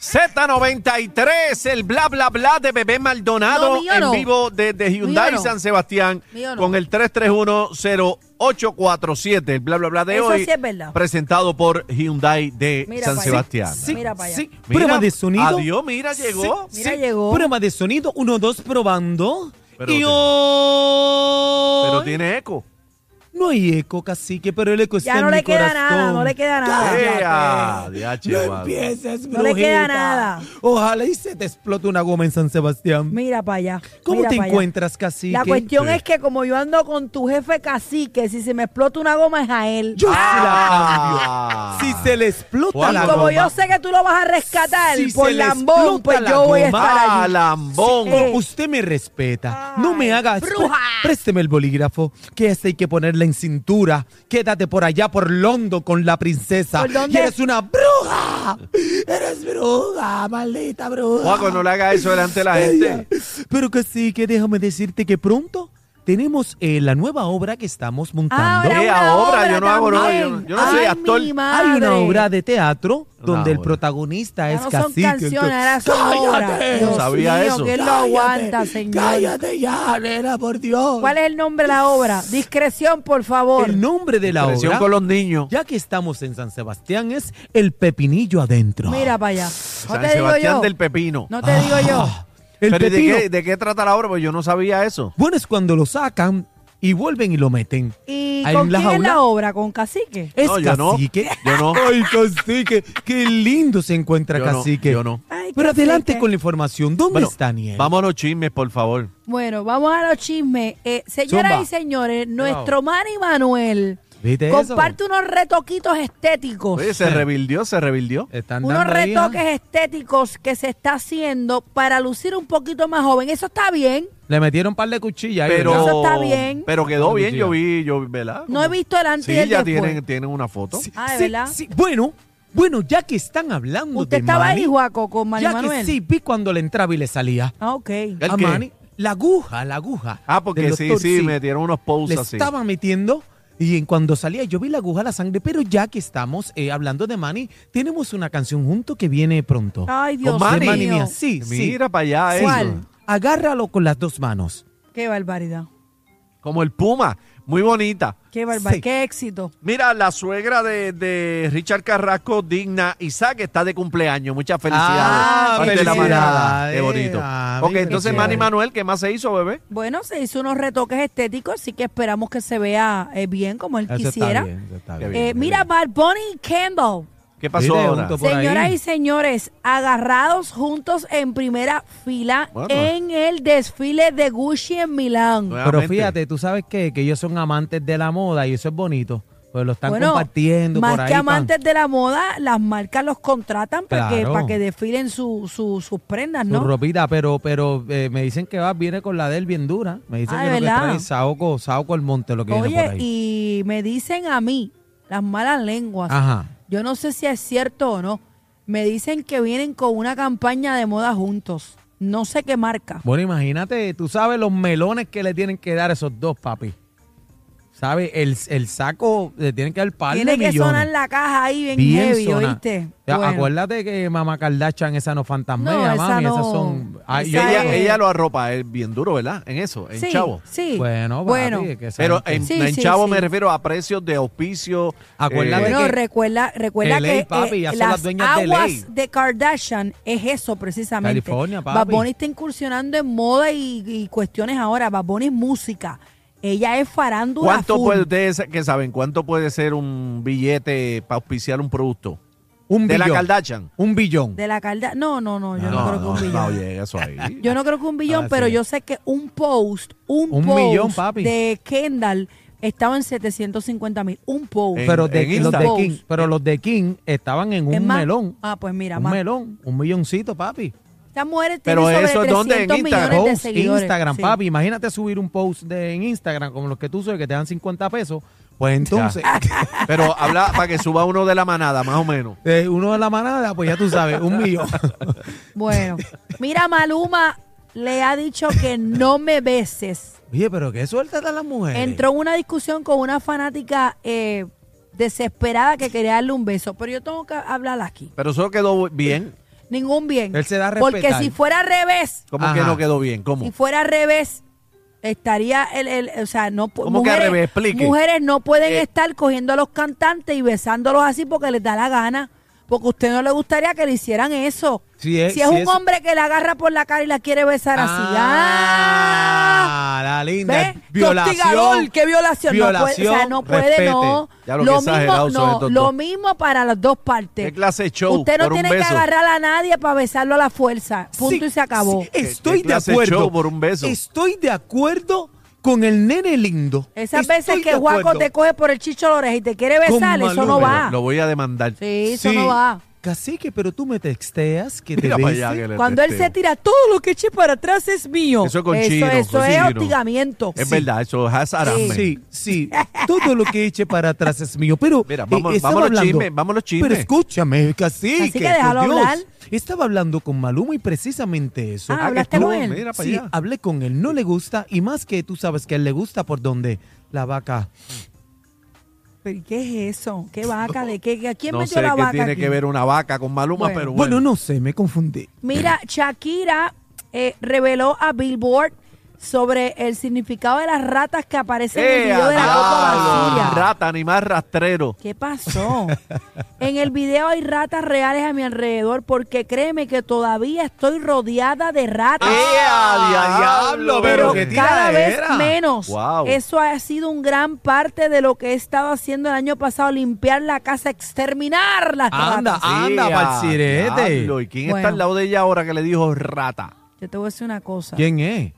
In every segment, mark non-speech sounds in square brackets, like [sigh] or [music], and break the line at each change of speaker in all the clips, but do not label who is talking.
Z93, el bla bla bla de Bebé Maldonado
No, mío
en
no.
vivo desde Hyundai
Mío no.
San Sebastián
Mío no.
con el 3310847, el bla bla bla de
Eso
hoy.
sí es verdad.
Presentado por Hyundai de
Mira
San
para allá.
Sebastián.
Sí, Mira para allá.
Sí,
Mira,
prueba de sonido.
Adiós, mira, llegó.
Sí,
Mira,
sí.
llegó.
Prueba de sonido. Uno, dos, probando.
Pero
y
tiene-
hoy...
Pero tiene eco.
No hay eco, cacique, pero el eco está
Ya
en
no
mi
le queda
corazón.
nada, no le queda nada.
¡Ea! Diache,
No
vale.
empieces,
No le
brujita.
queda nada.
Ojalá y se te explote una goma en San Sebastián.
Mira para allá.
¿Cómo
mira
te
pa' allá.
encuentras, cacique?
La cuestión
Sí.
es que como yo ando con tu jefe cacique, si se me explota una goma es a él.
Yo
Ah.
sí la cambio. Si se le explota
¿Cuál?
y
la
como
goma.
yo sé que tú lo vas a rescatar
Si
por
se le
lambón,
explota
pues
la
yo voy a
goma,
estar
Ah,
allí.
lambón.
Sí, eh.
Usted me respeta. No me
Ay,
hagas.
bruja.
Présteme el bolígrafo, que ese hay que ponerla en cintura. Quédate por allá, por Londo, con la princesa.
¿Por dónde?
Y eres una bruja. Eres bruja, maldita bruja.
Juaco, no le haga eso delante de la gente.
Pero que sí, que déjame decirte que pronto tenemos eh, la nueva obra que estamos montando.
ahora
Eh,
una
obra, yo no hago, no,
también.
yo no- yo no soy
Ay,
actor.
mi
Hay
madre.
Hay una obra de teatro donde el
obra.
protagonista
Ya
es
no son
cacique.
canciones, ahora son
¡Cállate!
obras. Dios
sabía
mío,
eso.
que él lo aguanta, señor.
ya, nena, por Dios.
¿Cuál es el nombre de la obra? Discreción, por favor.
El nombre de la
Presión
obra,
con los niños.
ya que estamos en San Sebastián, es El Pepinillo Adentro.
Mira para allá. No
San
te digo
Sebastián
yo.
del Pepino.
No te digo yo.
Ah, el
Pero ¿y de
pepino.
qué, de qué trata la obra? Porque yo no sabía eso.
Bueno, es cuando lo sacan y vuelven y lo meten.
¿Y
Ahí
con
en la
quién es la
jaula.
obra? ¿Con Cacique?
Es
No, yo no.
cacique.
Yo no.
[laughs] Ay, cacique. Qué lindo se encuentra
Yo no,
cacique.
yo no.
Ay,
Pero
Cacique.
adelante con la información. ¿Dónde
Bueno,
está Niel?
Vamos a los chismes, por favor.
Bueno, vamos a los chismes. Eh, señoras
Zumba.
y señores, nuestro Manny Manuel
¿Viste eso?
comparte unos retoquitos estéticos.
Oye, se rebildió, se rebildió.
Están
Unos
dando ahí,
retoques
¿ah?
estéticos que se está haciendo para lucir un poquito más joven. Eso está bien.
Le metieron un par de cuchillas. ahí,
Pero,
¿verdad?
Eso está bien.
Pero quedó bien,
Sí.
yo vi, yo vi, ¿verdad?
No he visto el antes
Sí,
y el
ya
después.
tienen, tienen una foto.
Sí,
Ah, ¿de
sí,
verdad?
sí. Bueno, bueno, ya que están hablando
¿Usted
de
estaba
Manny,
ahí, Juaco, con Manny
ya
Manuel?
que sí, vi cuando le entraba y le salía.
Ah, ok.
¿El
a
qué?
Manny, la aguja, la aguja.
Ah, porque
del
sí,
doctor,
sí, metieron unos
Le
posts así.
estaba metiendo y en cuando salía yo vi la aguja, la sangre, pero ya que estamos eh, hablando de Manny, tenemos una canción junto que viene pronto.
Ay, Dios
Con Manny.
de Manny
mío.
mía. Sí, sí.
Mira para allá
Sí.
eso.
¿Cuál?
Agárralo con las dos manos.
Qué barbaridad.
Como el puma, muy bonita.
Qué barbaridad.
Sí.
Qué éxito.
Mira, la suegra de, de Richard Carrasco, Digna Isaac, está de cumpleaños. Muchas felicidades.
Ah,
Parte de la
felicidades.
manada. Qué bonito.
Ah,
ok,
mira,
entonces
qué
Manny
chévere.
Manuel, ¿qué más se hizo, bebé?
Bueno, se hizo unos retoques estéticos, así que esperamos que se vea eh, bien como él
Eso está
quisiera.
bien, eso está
Qué
bien.
bien,
Eh, mira, Bad Bunny y Campbell.
¿Qué pasó
Mire,
ahora?
junto por ahí.
Señoras y señores, agarrados juntos en primera fila
Bueno.
en el desfile de Gucci en Milán.
Pero
Nuevamente.
fíjate, tú sabes qué? que ellos son amantes de la moda y eso es bonito. Pues lo están
Bueno,
compartiendo
más
por ahí.
que
pan.
amantes de la moda, las marcas los contratan para, que,
Claro.
para que desfilen su- su- sus prendas,
Su
¿no?
ropita, pero, pero eh, me dicen que va, viene con la del bien dura. Me dicen
Ah,
que
¿de
lo que
verdad?
trae es Saoco, Saoco el monte, lo que viene por
Oye,
ahí.
y me dicen a mí, las malas lenguas,
Ajá.
yo no sé si es cierto o no, me dicen que vienen con una campaña de moda juntos. No sé qué marca.
Bueno, imagínate, tú sabes los melones que le tienen que dar a esos dos, papi. ¿Sabes? El, el saco le tienen que dar par de
Tiene que
millones.
sonar la caja ahí bien,
Bien
heavy,
sona.
¿oíste?
Ya,
Bueno.
Acuérdate que Mamá Kardashian, esa no fantasmea,
No, esa
mami. Esas
no.
son. Ay,
Esa
Ah, Y ella,
es-
ella lo arropa es bien duro, ¿verdad? En eso, en
sí,
Chavo.
Sí.
Bueno, papi,
bueno.
es que esa
Pero
gente-
en,
Sí,
en
sí,
Chavo
sí.
me refiero a precios de auspicio. eh,
Acuérdate
Bueno,
que-
recuerda, recuerda
LA,
que eh,
papi, ya son las
las
dueñas de
aguas
LA.
de, Kardashian es eso precisamente.
California, papi.
Bad Bunny está incursionando en moda y, y cuestiones ahora. Bad Bunny es música. Ella es farándula
¿Cuánto
full.
puede ustedes que saben cuánto puede ser un billete para auspiciar un producto?
un
de la
billón.
Kardashian.
Un billón.
De la Kardashian. No, no, no, yo no, creo que un billón.
no llega eso ahí.
Yo no creo que un billón,
Ah,
pero
sí.
yo sé que un post, un,
Un
post
millón, papi.
de Kendall estaba en 750 mil. Un post.
En-
pero, de,
en
los de
Insta.
King, pero los de King estaban en
Es
un
más-
melón.
Ah, pues mira,
un
más.
melón, un milloncito, papi.
Estas mujeres
Pero
tienen
eso
sobre
es donde, en
300
Instagram.
millones de
Post
seguidores.
Instagram,
Sí.
papi. Imagínate subir un post de, en Instagram como los que tú subes que te dan 50 pesos. Pues
[laughs]
entonces,
Pero habla para que suba uno de la manada, más o menos.
eh, uno de la manada, pues ya tú sabes, un
[laughs]
millón. [laughs]
Bueno, mira, Maluma le ha dicho que no me beses.
Oye, pero qué suelta están las mujeres.
Entró en una discusión con una fanática eh, desesperada que quería darle un beso. Pero yo tengo que hablar aquí.
Pero eso quedó bien.
Ningún bien.
Él se da a
Porque
respetar.
si fuera al revés,
¿Cómo
Ajá.
que no quedó bien?
si
¿Cómo?
fuera al revés, estaría el, el- o sea, no pu-
¿Cómo que al revés? Explique. Eh,
mujeres no pueden estar cogiendo a los cantantes y besándolos así porque les da la gana. Porque a usted no le gustaría que le hicieran eso.
Si
eh,
es- si
un
es-
hombre que la agarra por la cara y la quiere besar así. ¡Ah!
Ah, la linda.
¿Ves? ¡Qué hostigador!
Violación.
¡Qué violación! no puede, o sea,
violación,
no puede,
respete.
no.
Ya lo que
mismo,
exagerados son
no,
estos
lo
dos.
mismo para las dos partes.
¿Qué clase de show
Usted no
por un
tiene que
beso?
agarrar a nadie para besarlo a la fuerza. Punto
Sí,
y se acabó.
sí, estoy
qué
de
clase de
acuerdo.
show por un beso?
Estoy de acuerdo con el nene lindo.
Esas
Estoy
veces que
de
Juaco
acuerdo.
te coge por el chicho de la oreja y te quiere
Con
besar, eso
Maluma.
no va.
Lo voy a demandar.
Sí, eso
Sí.
no va.
Cacique, pero tú me texteas que
Mira
te
para
bese.
allá que le
Cuando él
testeo.
se tira todo lo que eche para atrás es mío.
Eso es con
eso,
Chino,
eso
con
es
Chino.
hostigamiento.
Es
Sí.
verdad, eso es azarambe.
Sí, sí. Todo lo que eche para atrás es mío. Pero eh,
Mira, vamos-
estaba
vamos a los
hablando-
chismes, vamos a los chismes.
Pero escúchame, cacique.
Así que
por
déjalo
Dios.
hablar.
Estaba hablando con Maluma y precisamente eso.
Ah,
que
hablaste
tú-
con él.
Mira para
Sí,
allá.
hablé con él, no le gusta y más que tú sabes que a él le gusta por donde la vaca.
¿Pero ¿y qué es eso? ¿Qué vaca? ¿De qué? ¿A quién
No
metió
sé
la
qué
vaca?
tiene
aquí?
que ver una vaca con Maluma,
Bueno.
pero bueno.
Bueno, no sé, me confundí.
[laughs]
Mira, Shakira eh, reveló a Billboard sobre el significado de las ratas que aparecen en el
¡Eh,
video de la
diablo!
copa vacía.
Rata, animal rastrero.
¿Qué pasó? en el video hay ratas reales a mi alrededor porque créeme que todavía estoy rodeada de ratas.
¡Eh,
Ah,
a diablo!
Ah, Pero
Pero que
cada vez
tiraera!
menos.
Guau.
Eso ha sido un gran parte de lo que he estado haciendo el año pasado, limpiar la casa, exterminar las
Anda,
ratas.
anda,
¡Eh,
pa'l sirete!
diablo! ¿Y quién
Bueno.
está al lado de ella ahora que le dijo rata?
Yo te voy a decir una cosa.
ah. ¿Quién es?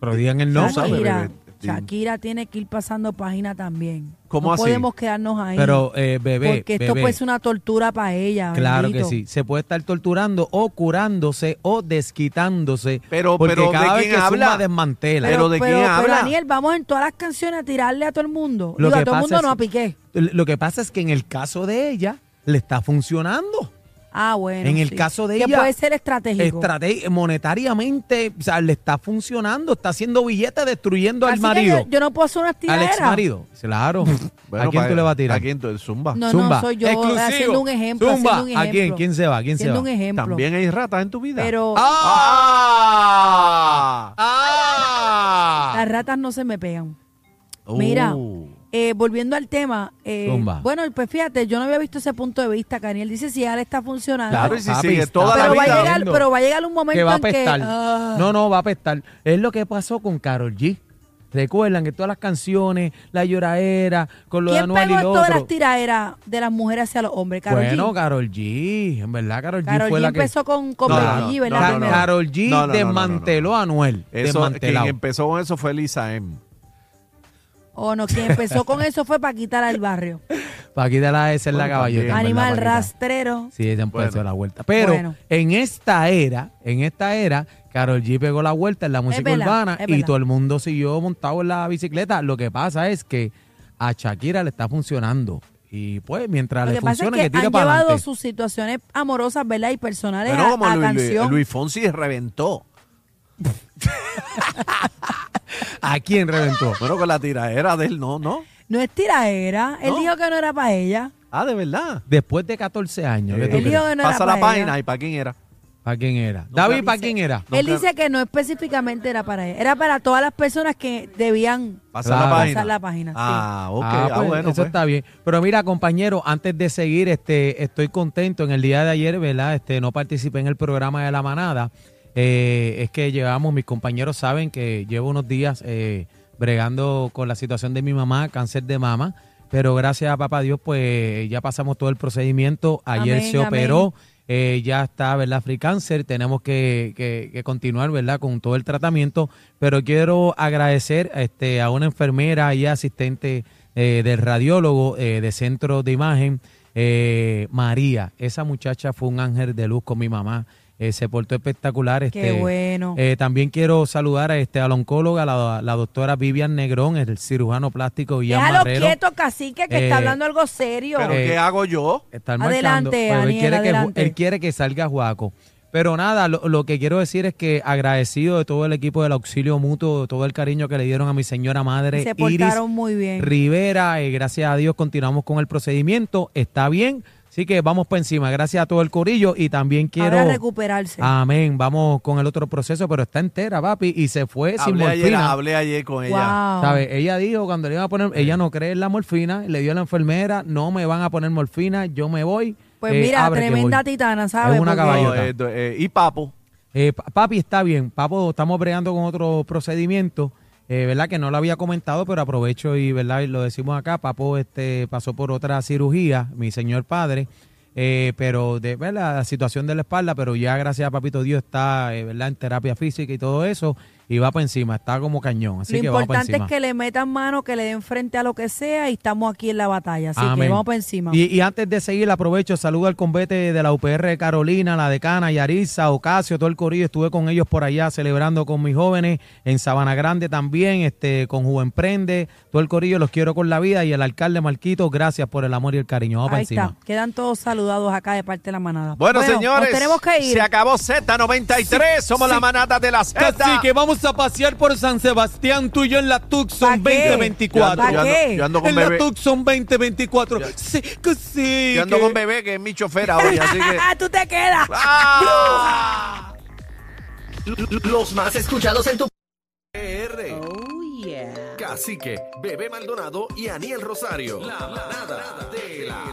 Pero digan el nombre.
sabe,
Shakira,
bebé.
Shakira tiene que ir pasando página también.
¿Cómo
no
así?
podemos quedarnos ahí.
Pero, eh, bebé,
porque esto
bebé,
puede ser una tortura para ella.
Claro
bendito.
que sí. Se puede estar torturando o curándose o desquitándose.
Pero-
porque
pero, ¿de
cada vez
quién
que
habla?
zumba, desmantela.
Pero- ¿de quién habla?
Daniel, vamos en todas las canciones a tirarle a todo el mundo. Digo, a todo el mundo
es-
no a Piqué.
Lo que pasa es que en el caso de ella le está funcionando.
Ah, bueno.
en el
sí.
caso de
que
ella,
puede ser estratégico.
Estrategia, monetariamente, o sea, le está funcionando, está haciendo billetes destruyendo
Así
al
que
marido.
Yo, yo no puedo hacer una
al ex
tiradera.
marido.
[laughs]
Claro.
Bueno,
¿A quién
pa-
tú le vas a tirar?
¿A quién? tú? Zumba.
No,
Zumba.
no, soy yo
Exclusivo.
haciendo un ejemplo.
Zumba.
haciendo un
¿A
ejemplo.
quién? ¿Quién se va? ¿Quién se
Haciendo un
va?
ejemplo.
También hay ratas en tu vida.
Pero
¡Ah!
las
¡Ah!
ratas no se me pegan. Mira,
Uh.
eh, volviendo al tema, eh,
Oh. Zumba.
bueno, pues fíjate, yo no había visto ese punto de vista, Daniel dice si ya le está funcionando.
Claro, y si
Papi,
sigue
está
toda la
pero, va a
vida.
llegar, pero va a llegar un momento
que va a
en que...
apestar.
ah,
No, no, va a apestar. Es lo que pasó con Carol G. Recuerdan que todas las canciones, la lloraera, con lo de
¿Quién
Anuel y
pegó
lo
todas las
otro.
tiraderas de las mujeres hacia los hombres? Karol
bueno,
G.
Carol G. En verdad, Carol G
Karol
fue
G
la
empezó
que.
con, con
No,
Becky
no,
G,
no,
¿verdad?
Ca-
no, no.
Carol G
No, no, no,
desmanteló
no, no,
a Anuel.
Eso, quien
desmantelado.
empezó con eso fue Lisa M.
O Oh, no, quien empezó con eso fue Paquita la del barrio.
Paquita la S es la
Bueno,
caballota. en
también.
verdad,
Animal
Paquita.
rastrero.
Sí, ella empezó
Bueno.
la vuelta. Pero
Bueno.
en esta era, en esta era, Carol G pegó la vuelta en la música
verdad,
urbana
es
y
verdad.
todo el mundo siguió montado en la bicicleta. Lo que pasa es que a Shakira le está funcionando. Y pues, mientras
Lo
le
que pasa es
funcione, que,
que
tire
han
para
llevado
adelante.
sus situaciones amorosas, ¿verdad? Y personales
Pero
a-
como
a,
Luis, Luis,
canción.
Luis Fonsi reventó.
¿A quién reventó?
Bueno, con la tiradera de él, no, no.
No es tiradera. Él
No.
dijo que no era para ella.
Ah, de verdad.
Después de 14 años. ¿qué
Eh,
tú
Él dijo
crees?
que no era
Pasa la
para ella.
página y para quién era.
¿Para quién era? David,
Dice-
¿para quién era?
No,
él
claro.
dice que no específicamente era para ella. Era para todas las personas que debían
Pasa
Claro.
la página.
Pasar la página, sí.
Ah, ok.
Ah,
Ah,
pues,
bueno.
eso
pues.
está bien. Pero mira, compañero, antes de seguir, este, estoy contento. En el día de ayer, ¿verdad? Este, no participé en el programa de la manada. Eh, es que llevamos, mis compañeros saben que llevo unos días eh, bregando con la situación de mi mamá, cáncer de mama. Pero gracias a papá Dios, pues ya pasamos todo el procedimiento. Ayer
Amén,
se
amén.
operó. Eh, ya está, ¿verdad? Free Cancer, tenemos que, que- que continuar, ¿verdad? Con todo el tratamiento, pero quiero agradecer este, a una enfermera y asistente eh, del radiólogo eh, de Centro de Imagen, eh, María. Esa muchacha fue un ángel de luz con mi mamá. eh, se portó espectacular. Este,
Qué bueno.
eh, también quiero saludar a este, a la oncóloga, la, la doctora Vivian Negrón, el cirujano plástico Ian
Déjalo
Marrero.
quieto, cacique, que
Eh,
está hablando algo serio.
¿Pero
Eh,
qué hago yo?
estar marcando.
Adelante,
pero
Aniel,
él, quiere
adelante.
Que, él quiere que salga Juaco. Pero nada, lo, lo que quiero decir es que agradecido de todo el equipo del auxilio mutuo, de todo el cariño que le dieron a mi señora madre
se
Iris
portaron muy bien.
Rivera. eh, gracias a Dios continuamos con el procedimiento. Está bien. Así que vamos para encima. Gracias a todo el corillo y también quiero... Ah,
Ahora recuperarse.
Amén. Vamos con el otro proceso, pero está entera, papi. Y se fue sin
Hablé ayer,
morfina.
hablé ayer con
wow.
ella.
¿Sabes? Ella dijo cuando le iban a poner, ella no cree en la morfina, le dio a la enfermera, no me van a poner morfina, yo me voy.
Pues
eh,
mira,
abre que
tremenda
voy.
titana, ¿sabes?
Es una
Porque-
caballota.
No, eh, do- eh, y Papo.
Eh, pa- papi, está bien, papo, estamos bregando con otro procedimiento, eh, ¿verdad? Que no lo había comentado, pero aprovecho y, ¿verdad? Y lo decimos acá, papo este, pasó por otra cirugía, mi señor padre, eh, pero de ¿verdad? la situación de la espalda, pero ya gracias a papito Dios está, eh, ¿verdad? En terapia física y todo eso, y va para encima, está como cañón, así
Lo
que vamos para
importante es
encima.
que le metan mano, que le den frente a lo que sea y estamos aquí en la batalla. Así que
Amén.
vamos para encima.
Y, y antes de seguir, aprovecho, saludo al convete de la UPR de Carolina, la decana, Yarisa, Ocasio, todo el corillo. Estuve con ellos por allá celebrando con mis jóvenes en Sabana Grande también, este, con Juvenprende, todo el corillo, los quiero con la vida. Y el alcalde Marquito, gracias por el amor y el cariño. Vamos para
Ahí
encima.
está. Quedan todos saludados acá de parte de la manada.
Bueno,
nos
señores,
tenemos que ir.
se acabó Z93, somos
sí.
la manada de la Z.
vamos a pasear por San Sebastián, tú y yo en la Tucson
¿Pa qué? 2024.
Yo ando,
¿Para qué?
yo ando con bebé.
Tucson 2024. Sí, que sí.
Yo ando con bebé, que es mi chofer hoy,
[laughs]
así que.
Tú te quedas.
¡Ah!
Los más escuchados en tu PR. Cacique, Bebé Maldonado y Aniel Rosario. La manada de la